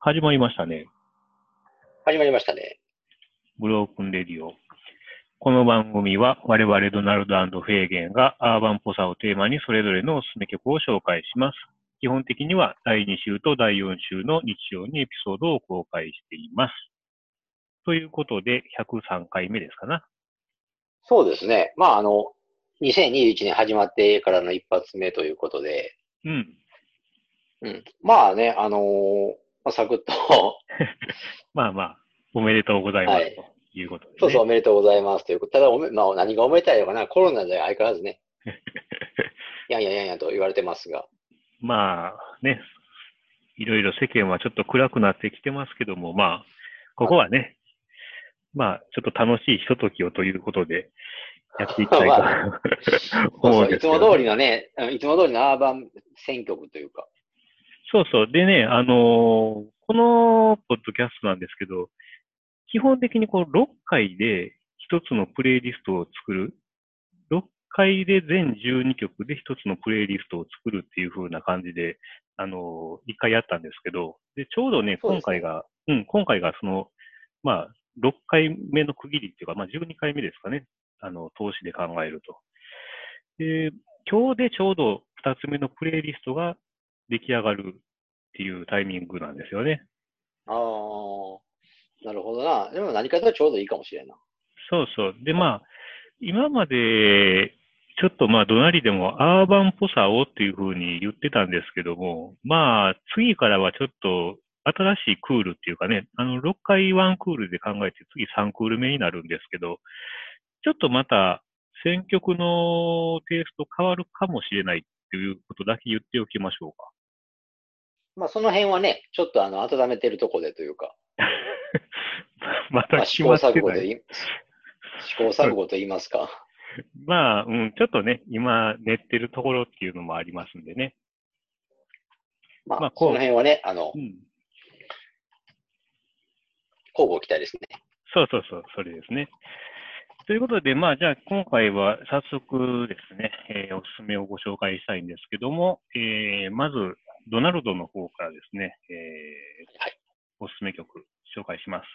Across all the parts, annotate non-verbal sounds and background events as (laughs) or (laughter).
始まりましたね。始まりましたね。ブロークンレディオ。この番組は我々ドナルドフェーゲンがアーバンっぽさをテーマにそれぞれのおすすめ曲を紹介します。基本的には第2週と第4週の日曜にエピソードを公開しています。ということで、103回目ですかな。そうですね。まあ、あの、2021年始まってからの一発目ということで、うん。うん。まあね、あのーまあサクッと、まあまあ、おめでとうございます。はいということで、ね。そうそうおめでとうございますということ。ただおめ、まあ、何がおめでたいのかな、コロナで相変わらず (laughs) ね、やんやんやんやんと言われてますが、まあね、いろいろ世間はちょっと暗くなってきてますけども、まあ、ここはね、まあ、ちょっと楽しいひとときをということで、やっていきたいとそう (laughs) 思そうう、んでいすつけども通りのね、うんいつも通りのアーバン選曲というか、そうそう。でね、あのーこのポッドキャストなんですけど、基本的にこう6回で一つのプレイリストを作る。6回で全12曲で一つのプレイリストを作るっていう風な感じで、あのー、1回やったんですけど、で、ちょうどね、そうですね今回が、うん、今回がその、まあ、6回目の区切りっていうか、まあ、12回目ですかね。あの、投資で考えると。で、今日でちょうど2つ目のプレイリストが出来上がるっていうタイミングなんですよね。ああ、なるほどな。でも何かとちょうどいいかもしれんな。そうそう。で、まあ、今まで、ちょっとまあ、どなりでもアーバンっぽさをっていうふうに言ってたんですけども、まあ、次からはちょっと、新しいクールっていうかね、あの、6回1クールで考えて、次3クール目になるんですけど、ちょっとまた、選曲のテイスト変わるかもしれないっていうことだけ言っておきましょうか。 (laughs) まあ、その辺はね、ちょっとあの、温めてるとこでというか、ままたあ、決試ま行って錯誤なとい。言い、試行錯誤と言いますか。まあ、うん、ちょっとね、今、練ってるところっていうのもありますんでね。まあ、まあこそうの辺はね、あのう、ん。交互期待ですね。そうそうそう、それですね。ということで、まあ、じゃあ、今回は早速ですね、えーおすすめをご紹介したいんですけども、えーまず、ドナルドの方からですね、えーはいおすすめ曲、紹介します。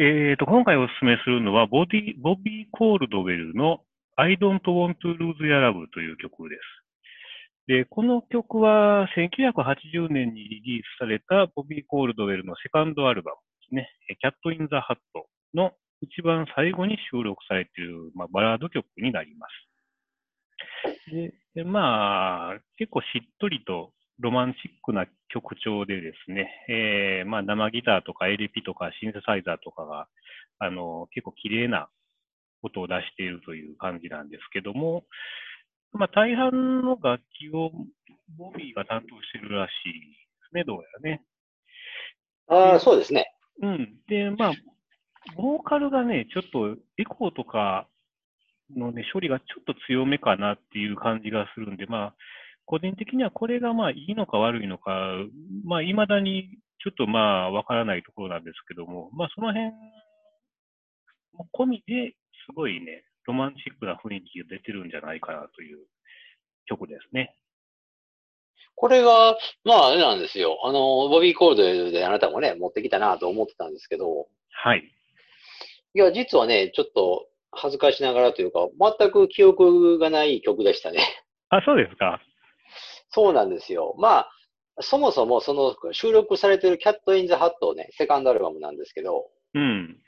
えーと、今回おすすめするのは、ボディボビー・コールドウェルの I don't want to lose your love という曲です。で、この曲は1980年にリリースされたボビー・コールドウェルのセカンドアルバムですね、えキャット・イン・ザ・ハットの一番最後に収録されている、まあ、バラード曲になります。ででまあ、結構しっとりとロマンチックな曲調でですね、えーまあ、生ギターとか LP とかシンセサイザーとかがあの結構綺麗な音を出しているという感じなんですけども、まあ、大半の楽器をボビーが担当してるらしいですね、どうやらね。ああ、そうですね。うん。で、まあ、ボーカルがね、ちょっとエコーとかのね、処理がちょっと強めかなっていう感じがするんで、まあ、個人的にはこれがまあいいのか悪いのか、まあ、未だにちょっとまあ、わからないところなんですけども、まあ、その辺も込みですごいね、ロマンチックな雰囲気が出てるんじゃないかなという曲ですね。これが、まあ、あれなんですよ。あの、ボビー・コールドウェルであなたもね、持ってきたなと思ってたんですけど、はい。いや、実はね、ちょっと恥ずかしながらというか、全く記憶がない曲でしたね。 (laughs) あ、そうですか。そうなんですよ。まあ、そもそもその収録されてるキャット・イン・ザ・ハットね、セカンドアルバムなんですけど、うん。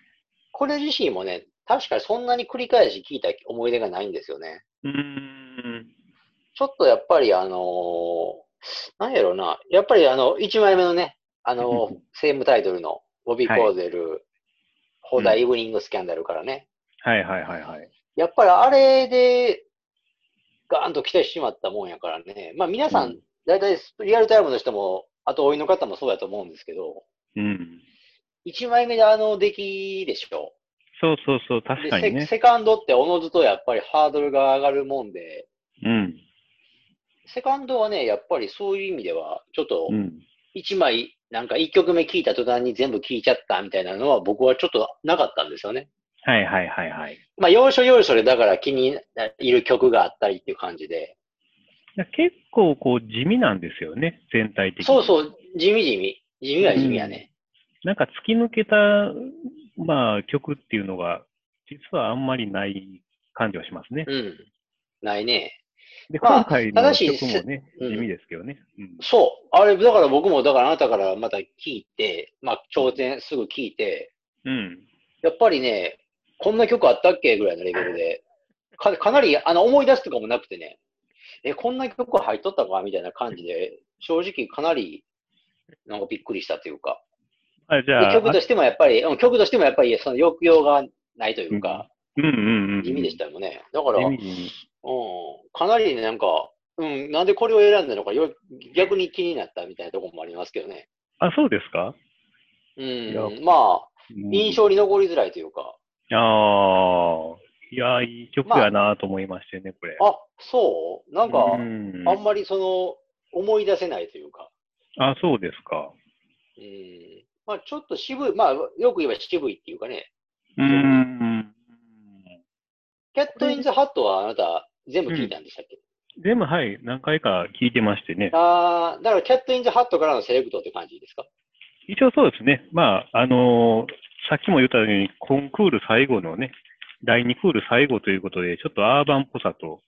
これ自身もね、確かにそんなに繰り返し聴いた思い出がないんですよね。うーん。ちょっとやっぱりあのーなんやろな、やっぱりあの、1枚目のね、あのーセームタイトルの、ボビー・コーゼル、放題イブニングスキャンダルからね、はいはいはいはい。やっぱりあれで、ガーンと来てしまったもんやからね、まあ皆さ、うん大体リアルタイムの人も、あと、おいの方もそうだと思うんですけど、うん。 1枚目であの出来でしょ。そうそうそう、確で、かにセね。セカンドっておのずとやっぱりハードルが上がるもんで、うん。セカンドはね、やっぱりそういう意味では、ちょっと、うん。一枚、なんか一曲目聴いた途端に全部聴いちゃったみたいなのは僕はちょっとなかったんですよね。はいはいはいはい。まあ、要所要所でだから気にいる曲があったりっていう感じで。結構こう地味なんですよね、全体的に。そうそう、地味地味。地味は地味やね。なんか突き抜けた、まあ、曲っていうのが、実はあんまりない感じはしますね。うん。ないね。で、まあ今回のただし曲もね、うん地味ですけどね。うんそう。あれ、だから僕も、だからあなたからまた聞いて、まあ、挑戦すぐ聞いて、うん。やっぱりね、こんな曲あったっけぐらいのレベルで、かかなりあの思い出すとかもなくてね、え、こんな曲入っとったかみたいな感じで、正直かなり、なんかびっくりしたというか。あじでゃあ、曲としてもやっぱり、うん曲としてもやっぱり、その抑揚がないというか、うんうんうん。。地味でしたたよね。だから、地うん味、に。かなりね、なんか、うん、なんでこれを選んだのか、よ逆に気になったみたいなところもありますけどね。あ、そうですかうん、まあ、印象に残りづらいというか、うんああ。いや、いい曲やなと思いましてね、これ。あ、そうなんか、うんあんまりその、思い出せないというか、あ、そうですか。うん、まあちょっと渋い、まあよく言えば渋いっていうかね、うーん。キャット・イン・ザ・ハットはあなた全部聞いたんでしたっけ、全部、はい、何回か聞いてましてね。あーだからキャット・イン・ザ・ハットからのセレクトって感じですか一応そうですね。まあ、あのーさっきも言ったように、コンクール最後のね、第2クール最後ということで、ちょっとアーバンっぽさと、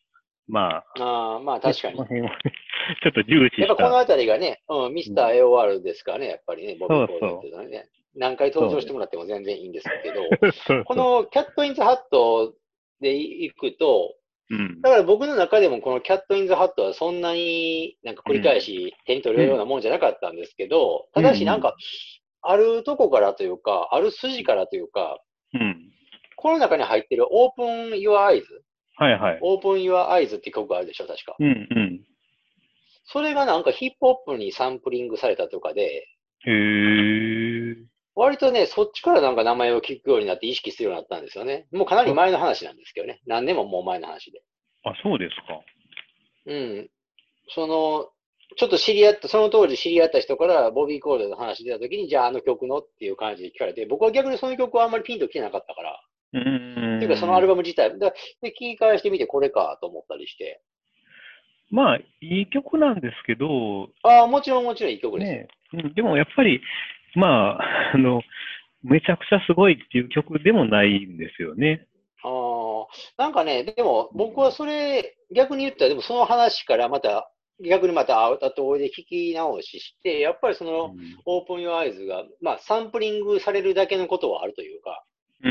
まあーまああ、確かにこの。辺をね、 (laughs) ちょっと重視やしっぱこのた。あたりがね、うん、ミスター AOR ですからね、やっぱりね、ボビー・コールっていうのはね、何回登場してもらっても全然いいんですけど、 (laughs) そうこそうのキャット・イン・ザ・ハットで行くと、うんだから僕の中でもこのキャット・イン・ザ・ハットはそんなになんか繰り返し手に取れるようなもんじゃなかったんですけど、うんただしなんか、あるとこからというか、ある筋からというか、うん。この中に入ってる Open Your Eyes、はいはい。 Open Your Eyes って曲があるでしょ、確か。うんうん。それがなんかヒップホップにサンプリングされたとかで、へえ。割とね、そっちからなんか名前を聞くようになって意識するようになったんですよね。もうかなり前の話なんですけどね。何年ももう前の話で。あ、そうですか。うん。その、ちょっと知り合った、その当時知り合った人からボビー・コールの話出た時に、じゃああの曲のっていう感じで聞かれて、僕は逆にその曲はあんまりピンと来てなかったから、うーん。っていうかそのアルバム自体、だで聞き返してみてこれかと思ったりして、まあ、いい曲なんですけど、ああ、もちろんもちろんいい曲ですよ。ね、うんでもやっぱり、まあ、あ (laughs) の、めちゃくちゃすごいっていう曲でもないんですよね。ああ、なんかね、でも僕はそれ、逆に言ったら、でもその話からまた、逆にまた後追いで聞き直しして、やっぱりその、オープン・ヨア・アイズが、まあ、サンプリングされるだけのことはあるというか、うー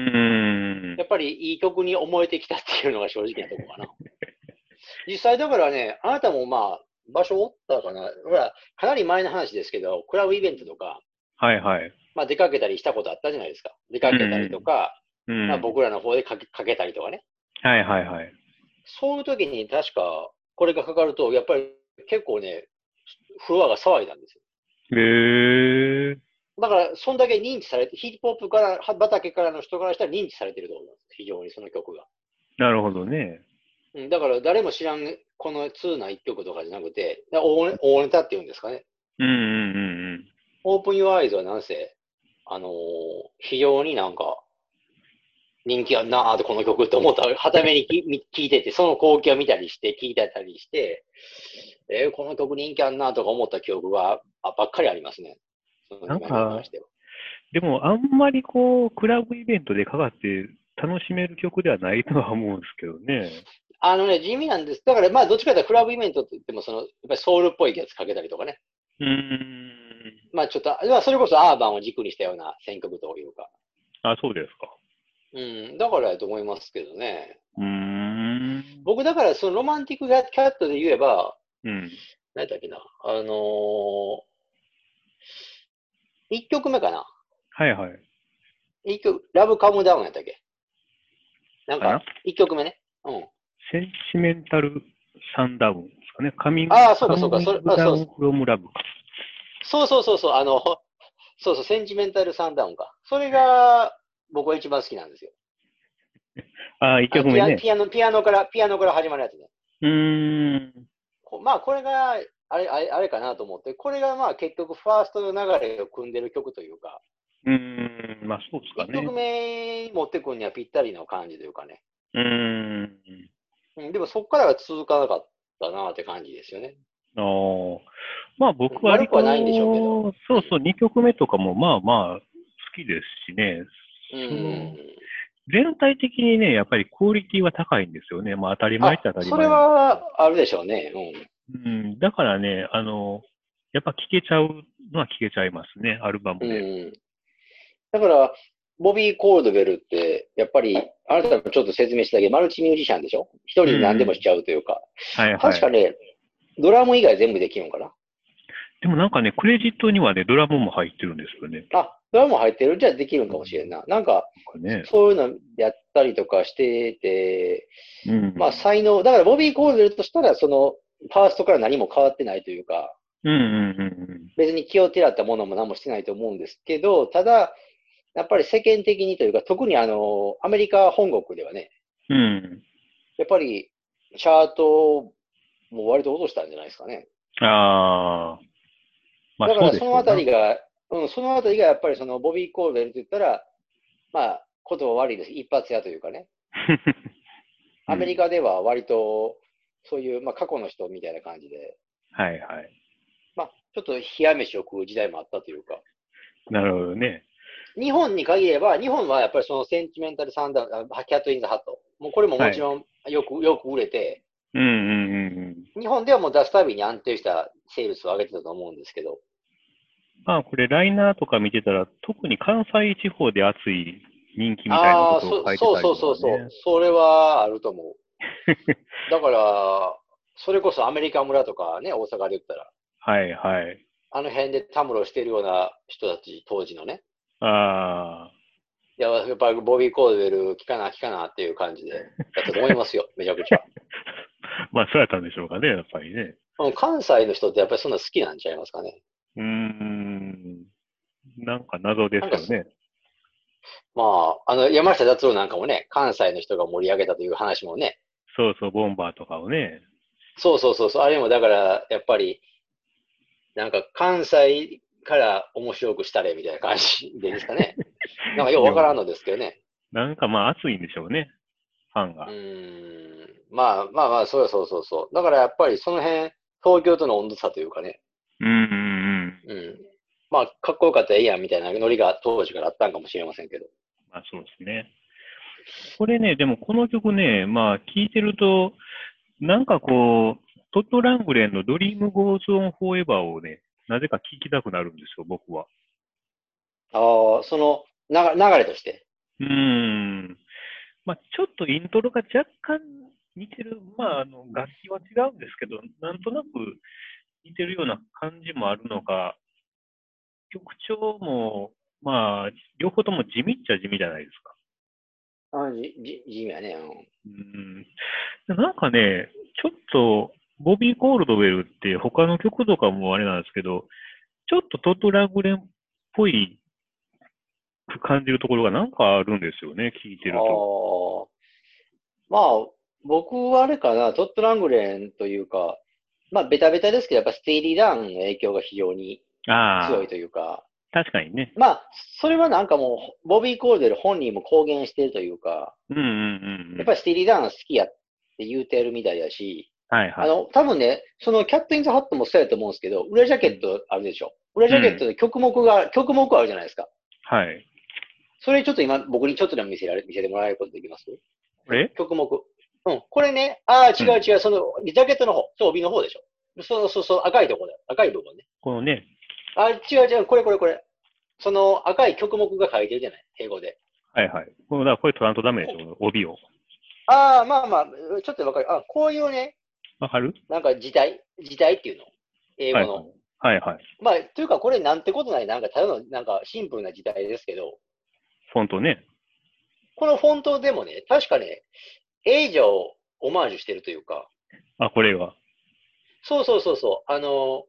ん (laughs) や。っぱりいい曲に思えてきたっていうのが正直なとこかな。 (laughs) 実際だからね、あなたもまあ、場所おったかな。ほら、かなり前の話ですけど、クラブイベントとか、はいはい。まあ出かけたりしたことあったじゃないですか。出かけたりとか、うん。まあ僕らの方でかけかけたりとかね。はいはいはい。そういう時に確かこれがかかると、やっぱり結構ね、フロアが騒いだんですよ。へえ。だから、そんだけ認知されて、ヒップホップから、畑からの人からしたら認知されてると思うんです。非常にその曲が。なるほどね。うん、だから誰も知らん、この通な一曲とかじゃなくて、だ大ネ大ネタっていうんですかね。うんうんうんうん。オープン・ユア・アイズはなんせ、あのー非常になんか、人気あんなーってこの曲って思った。はためにきみ聞いてて、その光景を見たりして、聞いてたりして、えーこの曲人気あんなーとか思った記憶があばっかりありますね。そのなんか今の話ではでも、あんまりこう、クラブイベントでかかって楽しめる曲ではないとは思うんですけどね。あのね、地味なんです。だから、まあ、どっちかというとクラブイベントって言っても、その、やっぱりソウルっぽいやつかけたりとかね。うーん。まあ、ちょっと、まあ、それこそアーバンを軸にしたような選曲というか。あ、そうですか。うん、だからやと思いますけどね。うーん。僕、だから、そのロマンティックキャットで言えば、うん。何だっけな、あのー、1曲目かな。はいはい。一曲、ラブカムダウンやったっけなんかなか、1曲目ね。うん。センチメンタルサンダウンですかね。カミングあーそうかそうかそれあダウそうンフロムラブか。そうそうそうそう、あの、 (laughs) そうそう、センチメンタルサンダウンか。それが、僕は一番好きなんですよ。ああ、一曲あピ目アね。ピアノ、ピアノから、ピアノから始まるやつね。うーん。こまあ、これが、あれ、あれ、あれかなと思って、これがまあ結局ファーストの流れを組んでる曲というか、うーん。まあ、そうですか1ね曲。目に持ってくるにはぴったりの感じというかね。うーん。うん、でもそこからは続かなかったなって感じですよね。あーまあ僕は割と悪くはないんでしょうけどそうそう、2曲目とかもまあまあ好きですしね、うん。全体的にね、やっぱりクオリティは高いんですよね。まあ当たり前っちゃ当たありそ前れなんですけど。はあるでしょうね。うん。うん、だからね、あの、やっぱ聴けちゃうのは聴けちゃいますね、アルバムうで。ん、だから、ボビー・コールドベルって、やっぱり、あなたもちょっと説明したけど、マルチミュージシャンでしょ一人で何でもしちゃうというか。はいは確かい。ね、ドラム以外全部できるのかなでもなんかね、クレジットにはね、ドラムも入ってるんですよね。あ、ドラム入ってるじゃあできるんかもしれんな。なんか、なんかね。そういうのやったりとかしてて、うん。まあ才能、だからボビー・コールドベルとしたら、その、ファーストから何も変わってないというか、うんうんうん別に気をてらったものも何もしてないと思うんですけど、ただ、やっぱり世間的にというか、特にあの、アメリカ本国ではね、うん。うん。やっぱり、チャートも割と落としたんじゃないですかね。ああ。まあだかそうらですそよのあたりが。が、うん、そのあたりがやっぱりそのボビー・コールベルと言ったら、まあ、言葉悪いです。一発屋というかね。アメリカでは割と、そういう、まあ、過去の人みたいな感じで、はいはい。まあ、ちょっと冷や飯を食う時代もあったというか、なるほどね。日本に限れば、日本はやっぱりそのセンチメンタル・サンダー、あキャット・イン・ザ・ハット。もうこれももちろんよく、よく売れて、うんうんうんうん。日本ではもう出すたびに安定したセールスを上げてたと思うんですけど、まあこれ、ライナーとか見てたら、特に関西地方で熱い人気みたいなあことを書いてたりとか、そうね。そうそうそうそう。それはあると思う。 (laughs) だから、それこそアメリカ村とかね、大阪で言ったら、はいはい。あの辺でたむろしてるような人たち、当時のね。ああ。いや、やっぱりボビー・コールベル、聞かな、聞かなっていう感じで、だったと思い (laughs) ますよ、めちゃくちゃ。まあ、そうやったんでしょうかね、やっぱりね。うん関西の人ってやっぱりそんな好きなんちゃいますかね。うーん。なんか謎ですよね。まあ、あの、山下達郎なんかもね、関西の人が盛り上げたという話もね、そうそう、ボンバーとかをね。そうそうそうそう、あれもだから、やっぱり、なんか関西から面白くしたれみたいな感じでいいですかね。なんかようわからんのですけどね。なんかまあ、熱いんでしょうね。ファンうが。ーん。まあまあまあ、そうそうそうそう。だからやっぱりその辺、東京との温度差というかね、うんうんうん。うん。まあ、かっこよかったらええやんみたいなノリが当時からあったんかもしれませんけど。まあ、そうですね。これね、でもこの曲ね、まあ、聴いてると、なんかこう、トット・ラングレンのドリーム・ゴーズ・オン・フォーエバーをね、なぜか聴きたくなるんですよ、僕は。ああ、その流流れとして。うーん。まあ、ちょっとイントロが若干似てる。まあ、あの、楽器は違うんですけど、なんとなく似てるような感じもあるのか、曲調も、まあ、両方とも地味っちゃ地味じゃないですか。あじ、じ、じみはね、ううん。ん。でなんかね、ちょっと、ボビー・コールドウェルって他の曲とかもあれなんですけど、ちょっとトトラグレンっぽい感じるところがなんかあるんですよね、聴いてると。ああまあ、僕はあれかな、トットラングレンというか、まあ、ベタベタですけど、やっぱスティーリー・ダーンの影響が非常にああ。強いというか、確かにね。まあ、それはなんかもう、ボビー・コールデル本人も公言してるというか、うんうんうん。やっぱりスティーリー・ダーン好きやって言うてるみたいだし、はいはい。あの、多分ね、そのキャット・イン・ザ・ハットもそうやと思うんですけど、裏ジャケットあるでしょ。裏ジャケットで曲目が、曲目あるじゃないですか。はい。それちょっと今、僕にちょっとでも見せられ、見せてもらえることできますこれ曲目。うん。これね、ああ、違ううん違う、その、ジャケットの方、そう、帯の方でしょ。そうそうそう、赤いとこだよ。赤い部分ね。このね、あ違う違う、これこれこれ。その赤い曲目が書いてるじゃない、英語で。はいはい。このだからこれ取らんとダメでしょ、この帯を。ああ、まあまあ、ちょっとわかる。あこういうね、わかるなんか時代、時代っていうの。英語の。はいはい。まあ、というか、これなんてことない、なんか、ただの、なんか、シンプルな時代ですけど、フォントね。このフォントでもね、確かね、エイジャをオマージュしてるというか、あ、これは。そうそうそうそう。あの、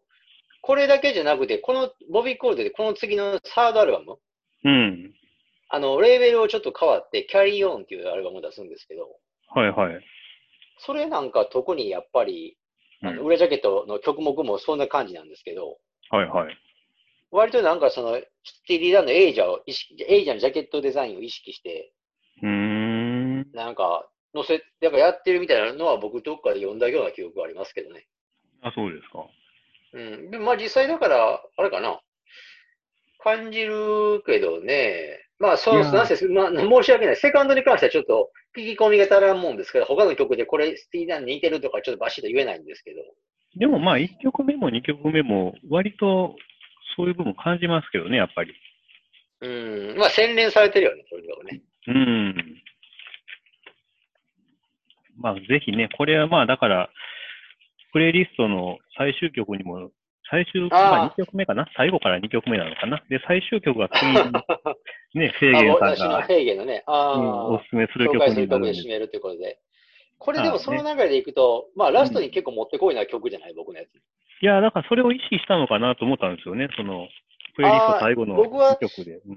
これだけじゃなくて、このボビー・コールドで、この次のサードアルバム、うん。あの、レーベルをちょっと変わって、キャリーオンっていうアルバムを出すんですけど、はいはい。それなんか特にやっぱり、うあんの、裏ジャケットの曲目もそんな感じなんですけど、はいはい。割となんかその、スティーリーダーのエイジャーを意識、エイジャーのジャケットデザインを意識して、うーん。なんか、載せ、なんかやってるみたいなのは僕どっかで読んだような記憶がありますけどね。あ、そうですか。うん。でもまあ実際だから、あれかな。感じるけどね。まあ、そ、いうやーなんせ、まあ、申し訳ない。セカンドに関してはちょっと聞き込みが足らんもんですけど、他の曲でこれ、スティーナに似てるとかちょっとバシッと言えないんですけど。でもまあ、1曲目も2曲目も、割とそういう部分感じますけどね、やっぱり。うん。まあ、洗練されてるよね、とにかくね。うん。まあ、ぜひね、これはまあ、だから、プレイリストの最終曲にも、最終、まあ、2曲目かな最後から2曲目なのかなで、最終曲が次 (laughs) に、ね、制あ、限さん私のが、平原のね。あうあ、ん、おすすめする紹曲介するにな曲るんでで締めるということで。これはいでもその流れでいくと、まあラストに結構もってこいな曲じゃない、僕のやつ。いや、だからそれを意識したのかなと思ったんですよね、その、プレイリスト最後のあー僕は2曲で。うん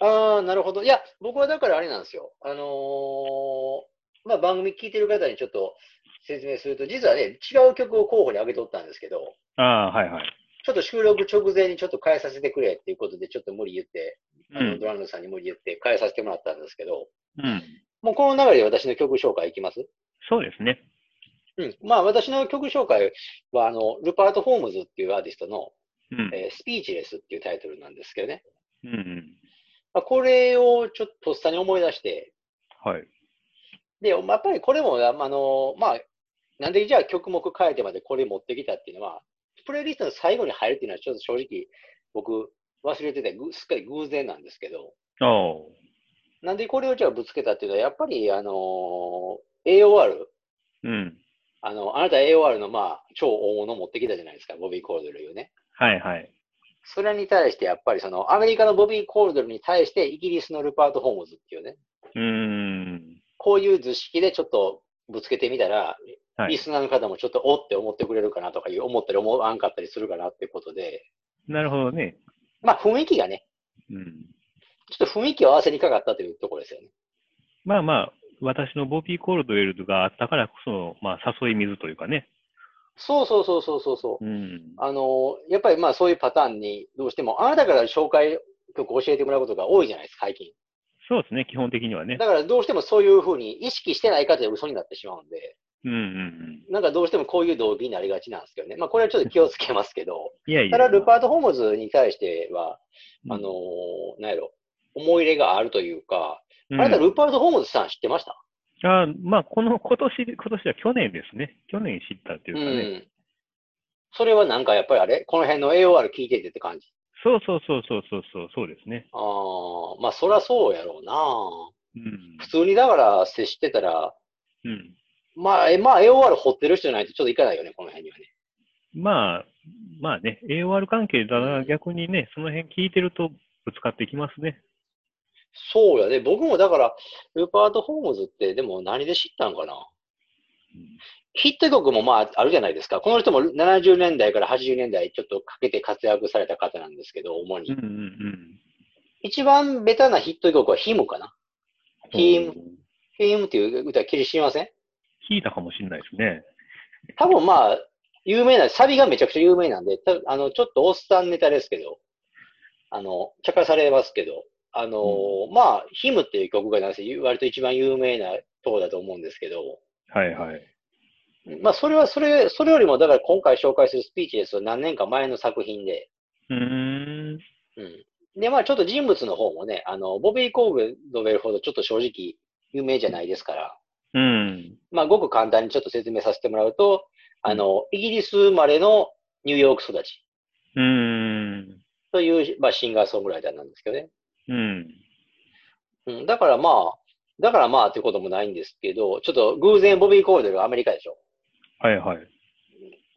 ああ、なるほど。いや、僕はだからあれなんですよ。あのーまあ番組聞いてる方にちょっと説明すると、実はね、違う曲を候補に挙げとったんですけど、ああ、はいはい。ちょっと収録直前にちょっと変えさせてくれっていうことで、ちょっと無理言って、あのうんドラムさんに無理言って変えさせてもらったんですけど、うん。もうこの流れで私の曲紹介いきますそうですね。うん。まあ私の曲紹介は、あの、ルパート・ホームズっていうアーティストの、うん。えースピーチレスっていうタイトルなんですけどね。うんうん。まあ、これをちょっととっさに思い出して、はい。で、まあやっぱりこれも、ああの、まあ、なんでじゃあ曲目変えてまでこれ持ってきたっていうのは、プレイリストの最後に入るっていうのはちょっと正直僕忘れてて、ぐすっかり偶然なんですけど、ああ。なんでこれをじゃあぶつけたっていうのは、やっぱりあの AOR、うん。あの、あなた AOR のまあ、超大物持ってきたじゃないですか、ボビー・コードルいうね。はいはい。それに対して、やっぱりその、アメリカのボビー・コールドルに対して、イギリスのルパート・ホームズっていうね、うーん。こういう図式でちょっとぶつけてみたら、はリい。スナーの方もちょっとおって思ってくれるかなとかいう、思ったり思わんかったりするかなっていうことで、なるほどね。まあ雰囲気がね、うん。ちょっと雰囲気を合わせにかかったというところですよね。まあまあ、私のボビー・コールドウェルがあったからこそ、まあ、誘い水というかね。そうそうそうそうそうそう。うん。あのーやっぱりまあそういうパターンにどうしても、あなたから紹介曲を教えてもらうことが多いじゃないですか、最近。そうですね、基本的にはねだ。からどうしてもそういうふうに意識してない方で嘘になってしまうんで、うんうんうん。なんかどうしてもこういう動機になりがちなんですけどね。まあこれはちょっと気をつけますけど、いやいや。ただルパート・ホームズに対しては、うんあのー、なんやろ、思い入れがあるというか、うんあなたルパート・ホームズさん知ってましたあーまあ、この、今年、今年は去年ですね。去年知ったっていううかね。ん。それはなんかやっぱりあれこの辺の AOR 聞いててって感じ。そうそうそうそうそうそう、そうですね。ああ、まあそらそうやろううんな。普通にだから接してたら、うん。まあ、えまあ AOR 掘ってる人じゃないとちょっといかないよね、この辺にはね。まあ、まあね、AOR 関係だな、逆にね、その辺聞いてるとぶつかってきますね。そうやで、僕もだから、ルパート・ホームズってでも何で知ったんかなヒット曲もまああるじゃないですか。この人も70年代から80年代ちょっとかけて活躍された方なんですけど、主うんにう。んうん。一番ベタなヒット曲はヒムかな。ヒおムー、ヒムっていう歌切り知りません聞いたかもしれないですね。多分まあ、有名な、サビがめちゃくちゃ有名なんで、たあの、ちょっとおっさんネタですけど、あの、茶化されますけど、あのーまあ、ヒムっていう曲がなんせ割と一番有名なとこだと思うんですけど、はいはい。まあ、それは、それ、それよりも、だから今回紹介するスピーチですよ。何年か前の作品で。うーん。うん。で、まあちょっと人物の方もね、あの、ボビー・コールドウェルほどちょっと正直有名じゃないですから、うん。まあごく簡単にちょっと説明させてもらうと、あの、イギリス生まれのニューヨーク育ちうーん。という、まあシンガーソングライターなんですけどね。うん。うん、だからまあ、だからまあってこともないんですけど、ちょっと偶然ボビー・コールドウェルはアメリカでしょ。はいはい。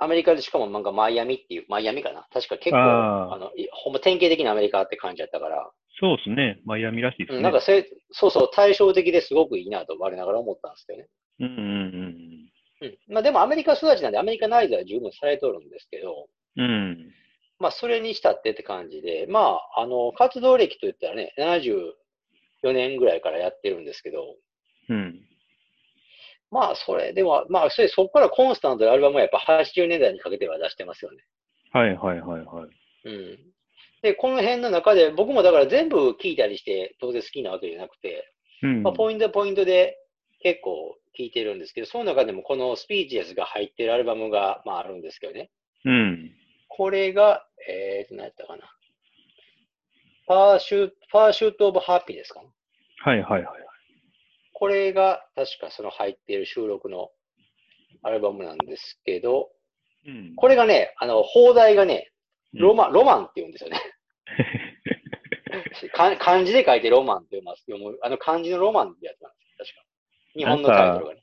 アメリカでしかもなんかマイアミっていう、マイアミかな確か結構、ああーの、いほんま典型的なアメリカって感じだったから、そうですね。マイアミらしいでうすん、ね。なんかせ、そうそう、対照的ですごくいいなと我ながら思ったんですけどね。うんうんうんまあ、でもアメリカ育ちなんで、アメリカ内では十分されとるんですけど、うん。うん。まあ、それにしたってって感じで、まあ、あの、活動歴といったらね、74年ぐらいからやってるんですけど、うん。まあ、それでは、まあ、それそこからコンスタントでアルバムはやっぱ80年代にかけては出してますよね。はいはいはいはい。うん。で、この辺の中で、僕もだから全部聞いたりして、当然好きなわけじゃなくて、うん。まあ、ポイントポイントで結構聴いてるんですけど、その中でもこのスピーチエスが入ってるアルバムが、まあ、あるんですけどね。うん。これが、えーと、何やったかな。パーシュパーシュート・オブ・ハッピーですかね。はいはいはい。これが確かその入っている収録のアルバムなんですけど、うんこれがね、あの、放題がね、ロマン、ロマンって言うんですよね。か漢字で書いてロマンって読ます。読むあの漢字のロマンってやつなんですよ、確か。日本のタイトルがね。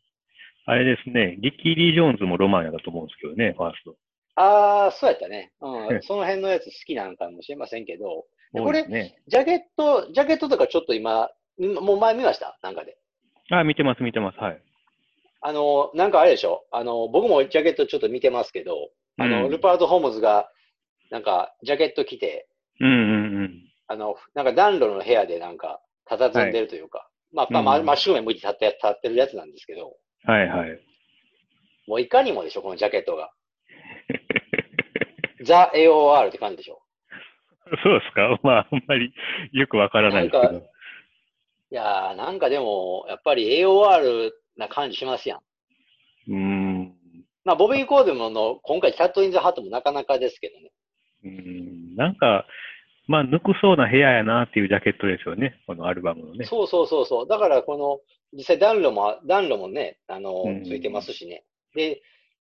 あれですね、リッキー・リー・ジョーンズもロマンやだと思うんですけどね、ファースト。あー、そうやったね。ううんん。その辺のやつ好きなんかもしれませんけど、で多いですね。ジャケット、ジャケットとかちょっと今、んもう前見ましたなんかで。あ、見てます見てます。はい。あの、なんかあれでしょあの、僕もジャケットちょっと見てますけど、あの、うんルパート・ホームズが、なんか、ジャケット着て、うんうんうん。あの、なんか暖炉の部屋でなんか、佇んでるというか、まあ、まあ、まうん真正面向いて立って、立ってるやつなんですけど、はいはい。もういかにもでしょ、このジャケット (laughs) が。ザ・ AOR って感じでしょ。そうですか (laughs) まあ、あんまりよくわからないですけなんど。いやー、なんかでも、やっぱり AOR な感じしますやん。うーん。まあ、ボビー・コーデムの今回、キャット・イン・ザ・ハットもなかなかですけどね。うーんなんか、まあ、ぬくそうな部屋やなっていうジャケットですよね、このアルバムのね。そうそうそうそう。だから、この、実際暖炉も、暖炉もね、あのうん、ついてますしね。で、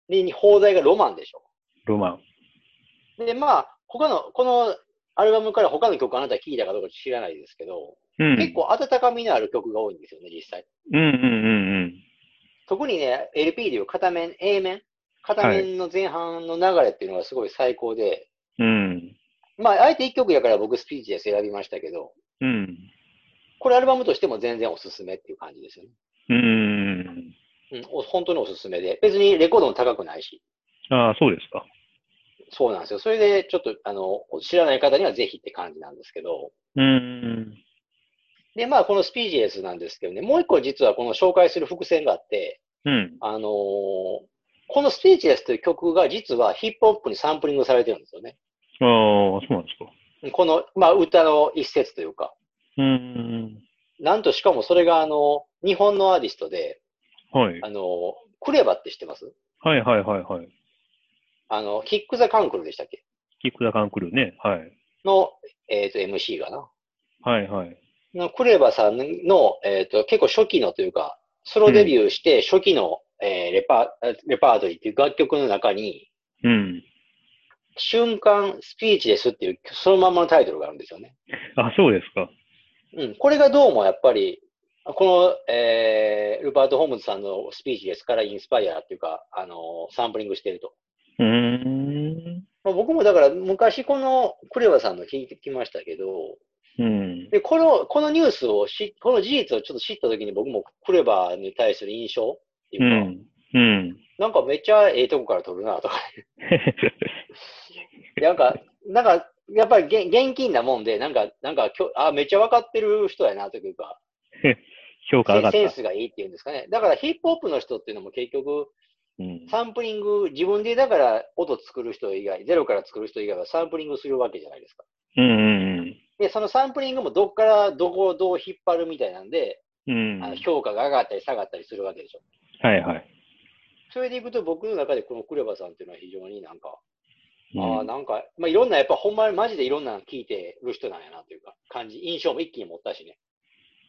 で、放題がロマンでしょ。ロマン。で、まあ、他の、このアルバムから他の曲あなた聞いたかどうか知らないですけど、うん。結構温かみのある曲が多いんですよね、実際。うんうんうんうん。特にね、LP でいう片面、A 面、片面の前半の流れっていうのがすごい最高で、うん。まあ、あえて1曲やから僕スピーチで選びましたけど、うん。これアルバムとしても全然おすすめっていう感じですよね。うん。うん、お本当におすすめで。別にレコードも高くないし。ああ、そうですか。そうなんですよ。それで、ちょっと、あの、知らない方にはぜひって感じなんですけど。うん。で、まあ、このスピージエスなんですけどね、もう一個実はこの紹介する伏線があって、うん。あのーこのスピーチエスという曲が実はヒップホップにサンプリングされてるんですよね。ああ、そうなんですか。この、まあ、歌の一節というか。うん。なんとしかもそれが、あの、日本のアーティストで、はい。あのークレバって知ってますはいはいはいはい。あの、キック・ザ・カンクルでしたっけキック・ザ・カンクルーね。はい。の、えっ、と、MC がな。はいはい。のクレバさんの、えっ、と、結構初期のというか、ソロデビューして初期の、えーレパー、レパートリーっていう楽曲の中に、うん。瞬間スピーチですっていう、そのまんまのタイトルがあるんですよね。あ、そうですか。うん。これがどうもやっぱり、この、えー、ルパート・ホームズさんのスピーチですからインスパイアっていうか、あのーサンプリングしてると。うーん。まあ、僕もだから昔このクレバさんの聞いてきましたけど、うん。で、この、このニュースをし、この事実をちょっと知ったときに僕もクレバに対する印象っていううか、ん。うん。 (laughs) なんかめっちゃええとこから撮るなとか、なんか、なんか、やっぱり現現金なもんで、なんか、なんかきょ、あ、めっちゃ分かってる人やなというか、評価上がセっセンた。スがいいっていうんですかね。だからヒップホップの人っていうのも結局、うん。サンプリング、自分でだから音作る人以外、ゼロから作る人以外はサンプリングするわけじゃないですか。うんうんで、そのサンプリングもどっからどこをどう引っ張るみたいなんで、うん。うん。あのは評価が上がったり下がったりするわけでしょ。いはい。それでいくと僕の中でこのクレバさんっていうのは非常になんか、ああ、うんなんか、まあ、いろんな、やっぱほんまにマジでいろんなの聞いてる人なんやなというか、感じ、印象も一気に持ったしね。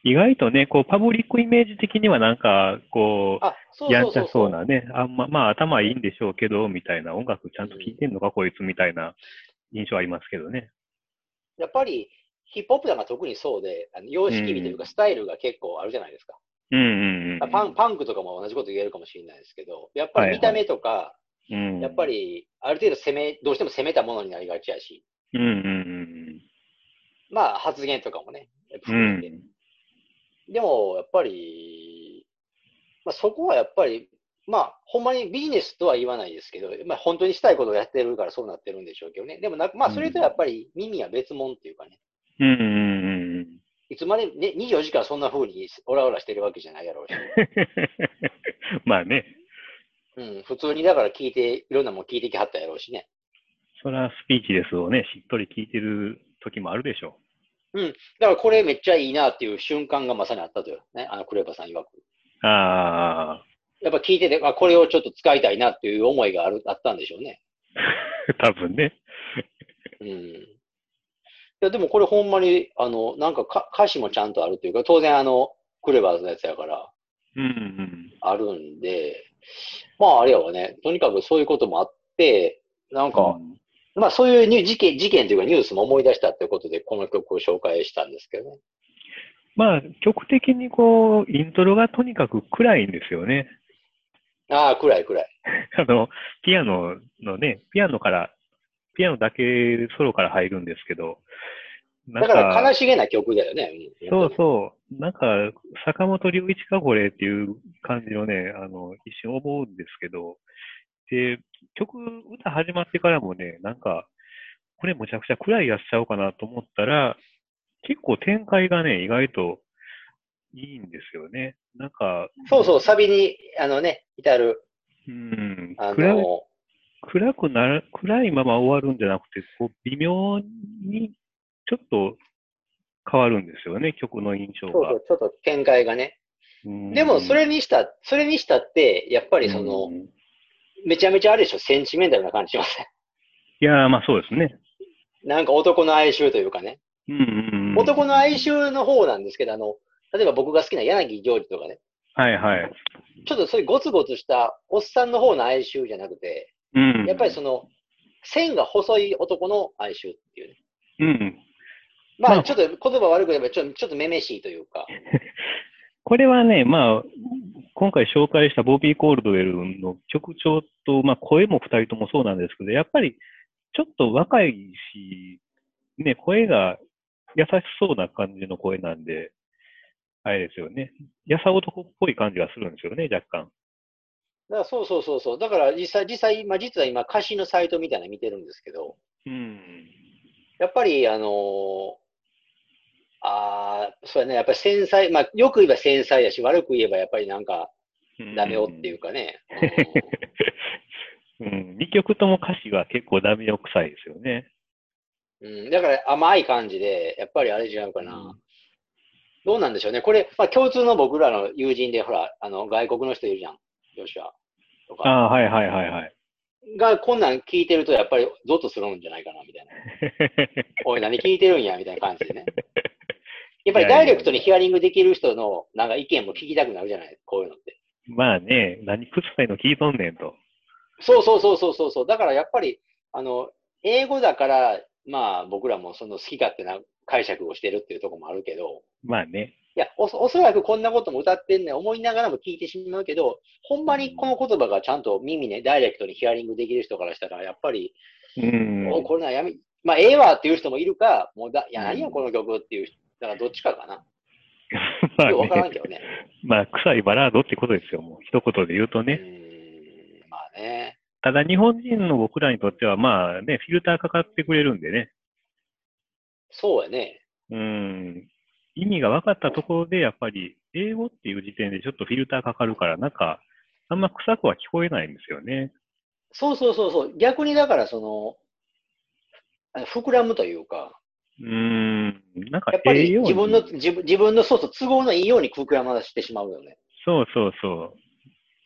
意外とね、こう、パブリックイメージ的にはなんか、こあ、そうう、そうやそんうちそゃうそうなね、あんま、まあ頭いいんでしょうけど、みたいな、音楽ちゃんと聴いてんのか、こいつみたいな印象ありますけどね。やっぱり、ヒップホップなんか特にそうで、あの様式美といううか、スタイルが結構あるじゃないですか、うんうんうん。あパン。パンクとかも同じこと言えるかもしれないですけど、やっぱはいりはい見た目とか、うん。やっぱ。り、ある程度攻め、どうしても攻めたものになりがちやし、うんうんうんまあ、発言とかもね、やっぱう含めん。て。でも、やっぱり、まあ、そこはやっぱり、まあ、ほんまにビジネスとは言わないですけど、まあ、本当にしたいことをやってるからそうなってるんでしょうけどね。でもな、まあ、それとやっぱり耳は別物っていうかね。うんうんうんうん。 (laughs) いつまで、ね、24時間そんな風にオラオラしてるわけじゃないやろうし。まあね、うん、普通にだから聞いて、いろんなもん聞いてきはったやろうしね。そらスピーチですをね、しっとり聞いてる時もあるでしょだからこれめっちゃいいなっていう瞬間がまさにあったというね、あのクレバさん曰く。う。あやっぱ聞いてて、あ、これをちょっと使いたいなっていう思いがある、あったんでしょうね。あ、多分ね。うん。いや、でもこれほんまに、あの、なんかか歌詞もちゃんとあるというか、当然あの、クレバーズのやつやから、うんうん。あるんで、まああれやわね、とにかくそういうこともあって、なんか、うんまあそういうニュー事件、事件というかニュースも思い出したということで、この曲を紹介したんですけどね。まあ、曲的にこう、イントロがとにかく暗いんですよね。 (laughs) ああ、暗い暗い。あの、ピアノのね、ピアノから、ピアノだけソロから入るんですけど、なだから悲しげな曲だよね。んそうそう。なんか、坂本龍一かこれっていう感じをね、あの、一瞬思うんですけど、で、曲、歌始まってからもね、なんか、これむちゃくちゃ暗いやつちゃうかなと思ったら、結構展開がね、意外といいんですよね。なんか、そうそう、サビに、あのね、至る、うん、あ暗いの、暗くなら、暗いまま終わるんじゃなくて、こう、微妙に、ちょっと変わるんですよね、曲の印象そが。うそう、ちょっと展開がね。うんでも、それにした、それにしたって、やっぱりその、うんめちゃめちゃあれでしょ、センチメンタルな感じしません。 (laughs) いやー、まあそうですね。なんか男の哀愁というかね。うんうんうん、男の哀愁の方なんですけど、あの、例えば僕が好きな柳行事とかね、はいはい。ちょっとそういうゴツゴツしたおっさんの方の哀愁じゃなくて、うん。やっぱりその、線が細い男の哀愁っていうね。うん。ままあ、あちょっと言葉悪く言えばちょっと、ちょっとめめしいというか。これはね、まあ、今回紹介したボビー・コールドウェルの曲調と、まあ声も二人ともそうなんですけど、やっぱりちょっと若いし、ね、声が優しそうな感じの声なんで、あれですよね。やさ男っぽい感じがするんですよね、若干。だからそうそうそうそう。だから実際、実際、まあ実は今歌詞のサイトみたいなの見てるんですけど、うん。やっぱりあのーあーそうやね、やっぱり繊細、まあよく言えば繊細やし、悪く言えばやっぱりなんかダメ男っていうかね。うん。2曲とも歌詞が結構ダメ男臭いですよね。うん、だから甘い感じで、やっぱりあれ違うかな。うんどうなんでしょうね。これ、まあ、共通の僕らの友人で、ほら、あの、外国の人いるじゃん。ヨシュアとあか。あ、はいはいはいはい。 (laughs) が、こんなん聞いてると、やっぱり、ゾッとするんじゃないかな、みたいな。おい、何聞いてるんや、みたいな感じでね。やっぱりダイレクトにヒアリングできる人の、なんか意見も聞きたくなるじゃないこういうのって。まあね、何くさいの聞いとんねんと。そうそうそうそうそうそう。だからやっぱり、あの、英語だから、まあ、僕らもその好き勝手な解釈をしてるっていうところもあるけど、まあね。いやおそ、おそらくこんなことも歌ってんねん思いながらも聞いてしまうけど、ほんまにこの言葉がちゃんと耳ね、ダイレクトにヒアリングできる人からしたら、やっぱり、うん。おこれなやめ、まあ、ええわっていう人もいるか、もうだ、いや、うん何やこの曲っていう人、だからどっちかかな。まあよくわからんね、けどね。まあ臭いバラードってことですよ、もう。一言で言うとね。うーん、まあね。ただ日本人の僕らにとっては、まあね、フィルターかかってくれるんでね。そうやね。うん。意味が分かったところで、やっぱり英語っていう時点でちょっとフィルターかかるから、なんか、あんま臭くは聞こえないんですよね。そうそうそうそう。逆にだから、その、あの膨らむというか、うん。なんかやっぱ栄り養に自分の、自分自分の、そうそう、都合のいいように膨らましてしまうよね。そうそうそ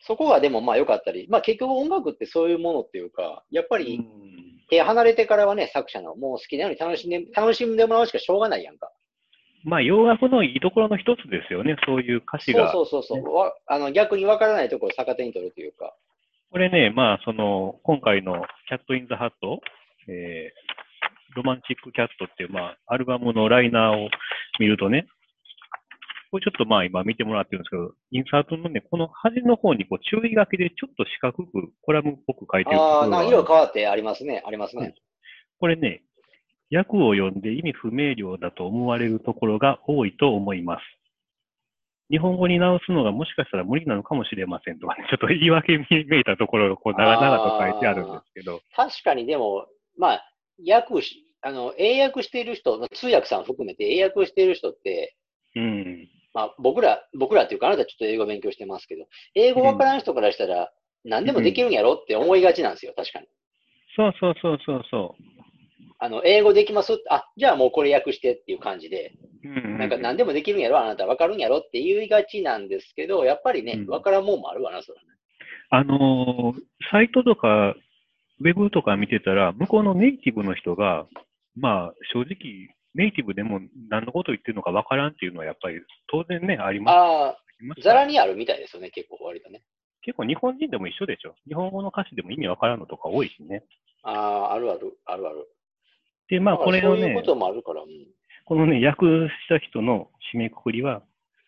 そこがでもまあ良かったり、まあ結局音楽ってそういうものっていうか、やっぱう。うりん手離れてからはね、作者のもう好きなように楽しんで、楽しんでもらうしかしょうがないやんか。まあ洋楽のいいところの一つですよね、そういう歌詞そが。うそうそうそう、わあの逆にわからないところを逆手に取るというか。これね、まあ、その、今回のキャット・イン・ザ・ハット、えー、ロマンチック・キャットっていう、まあ、アルバムのライナーを見るとね、これちょっとまあ今見てもらってるんですけど、インサートのね、この端の方にこう注意書きでちょっと四角くコラムっぽく書いてるとこああ、ろなんがか色変わってありますね、ありますね。これね、訳を読んで意味不明瞭だと思われるところが多いと思います。日本語に直すのがもしかしたら無理なのかもしれませんとかね、ちょっ (laughs) と言い訳めいたところがこう長々と書いてあるんですけど、確かにでも、まあ、訳し、あの、英訳している人、通訳さん含めて英訳している人って、うん。まあ僕ら、僕らっていうかあなたちょっと英語勉強してますけど、英語わからん人からしたら、何でもできるんやろって思いがちなんですよ、確かに。そうそうそうそうそあの、英語できますあ、じゃあもうこれ訳してっていう感じで。うんなんか何でもできるんやろ、あなた分かるんやろって言いがちなんですけど、やっぱりうねん、分からんもんもあるわな、それはね。あのーサイトとか、ウェブとか見てたら、向こうのネイティブの人が、まあ、正直、ネイティブでも何のこと言ってるのかわからんっていうのは、やっぱり当然ね、ありますああ、ありますかざららにあるみたいですよね、結構割とね。結構日本人でも一緒でしょ。日本語の歌詞でも意味わからんのとか多いしね。ああ、あるある、あるある。で、まあ、だからこれをそういうねこ、ともあるから、うんこのね、訳した人の締めくくりは、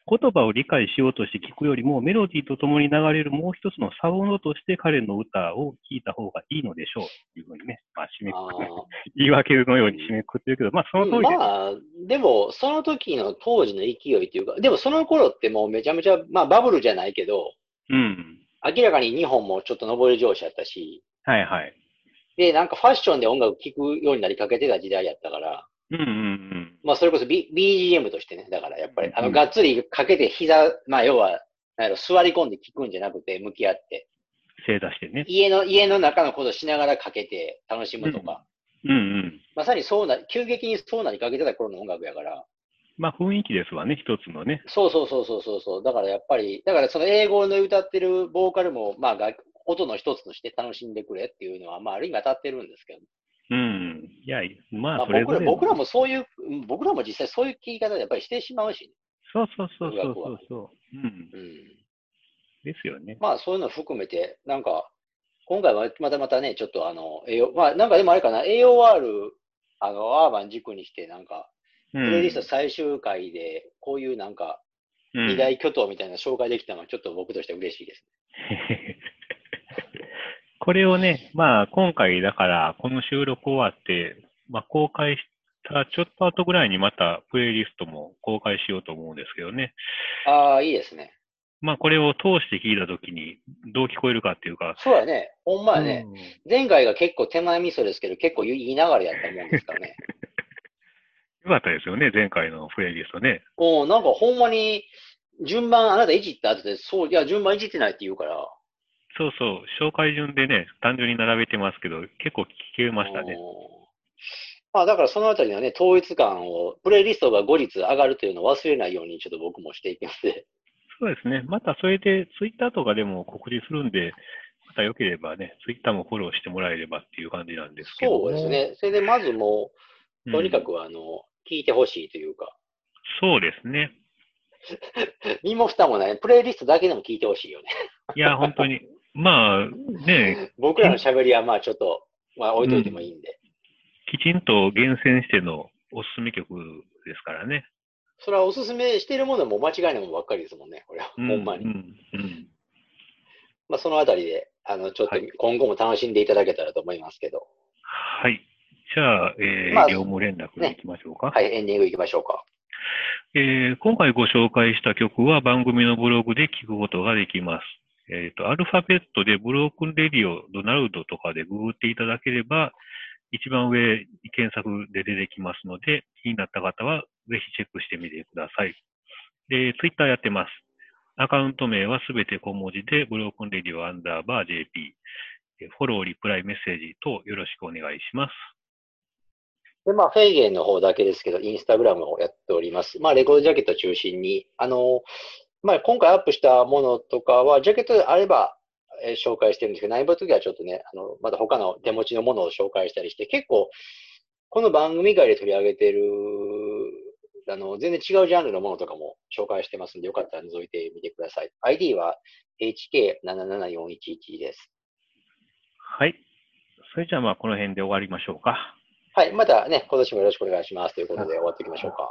言葉を理解しようとして聞くよりも、メロディーとともに流れるもう一つのサウンドとして彼の歌を聴いた方がいいのでしょうっていうふうにね、まあ、締めくくる。ああ。言い訳のように締めくくってるけど、まあ、その通りです。まあ、でも、その時の当時の勢いというか、でもその頃ってもうめちゃめちゃ、まあバブルじゃないけど、うん。明らかに日本もちょっと上り上司やったし、はいはい。で、なんかファッションで音楽聴くようになりかけてた時代やったから、うんうんうん。まあそれこそ、B、BGM としてね、だからやっぱり、あうの、んがっつりかけて膝、まあ要は、なんやろ座り込んで聴くんじゃなくて、向き合って、正座してね。家の、家の中のことしながらかけて楽しむとか、うんうん。まさにそうな、急激にそうなりかけてた頃の音楽やから、まあ、雰囲気ですわね、一つのね。そうそうそうそうそうそう。だからやっぱり、だからその英語の歌ってるボーカルも、まあ楽、音の一つとして楽しんでくれっていうのは、まあ、ある意味当たってるんですけど、うん。いや、まあま、あ、それ僕ぞられ。僕らもそういう、うん僕らも実際そういう聞き方でやっぱりしてしまうし、そうそうそうそうそうそう。うん。うん、ですよね。まあそういうの含めて、なんか、今回はまたまたね、ちょっとあの、栄養、まあなんかでもあれかな、AOR、あの、アーバン軸にして、なんか、ププレイリスト最終回で、こういうなんか、二大巨頭みたいな紹介できたのは、ちょっと僕として嬉しいです。 (laughs) これをね、まあ、今回だから、この収録終わって、まあ、公開したちょっと後ぐらいにまた、プレイリストも公開しようと思うんですけどね。ああ、いいですね。まあ、これを通して聞いたときに、どう聞こえるかっていうか、そうやね。ほんまやね。うん前回が結構手前味噌ですけど、結構言いながらやったもんですから (laughs) ね。よかったですよね、前回のプレイリストね。おうなんかほんまに、順番あなたいじった後で、そう、いや、順番いじってないって言うから。そうそう、紹介順でね、単純に並べてますけど、結構聞けましたね。おうまあだからそのあたりのね、統一感を、プレイリストが後日上がるというのを忘れないように、ちょっと僕もしていきますで。そうですね、またそれで、ツイッターとかでも告知するんで、またよければね、ツイッターもフォローしてもらえればっていう感じなんですけど。そうです。ね。それでまずもう、とにか。くあの、聞いてほしいというか、そうですね。身も蓋もない、プレイリストだけでも聞いてほしいよね。いや、本当に。まあ、ね、僕らの喋りはまあちょっと、まあ置いといてもいいんで。きちんと厳選してのおすすめ曲ですからね。それはおすすめしているものも間違いないものばっかりですもんね、これは。うほんまに。うんうんまあ、そのあたりで、あの、ちょっとはい今後も楽しんでいただけたらと思いますけど。はい。じゃあ、えーまあ業務連絡に行きましょうか。はい、エンディングいきましょうか。えー今回ご紹介した曲は番組のブログで聞くことができます。えっ、と、アルファベットでブロークンレディオ、ドナルドとかでググっていただければ、一番上に検索で出てきますので、気になった方はぜひチェックしてみてください。で、ツイッターやってます。アカウント名はすべて小文字で、ブロークンレディオアンダーバー JP。えーフォロー、リプライ、メッセージ等よろしくお願いします。で、まあ、フェイゲンの方だけですけど、インスタグラムをやっております。まあ、レコードジャケット中心に、あの、まあ、今回アップしたものとかは、ジャケットであれば、えー紹介してるんですけど、内部の時はちょっとね、あの、まだ他の手持ちのものを紹介したりして、結構、この番組外で取り上げてる、あの、全然違うジャンルのものとかも紹介してますんで、よかったら覗いてみてください。ID は HK77411 です。はい。それじゃあまあこの辺で終わりましょうか。はい、またね、今年もよろしくお願いしますということで終わっていきましょうか。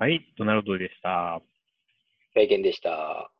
はい、ドナルドでした。フェイゲンでした。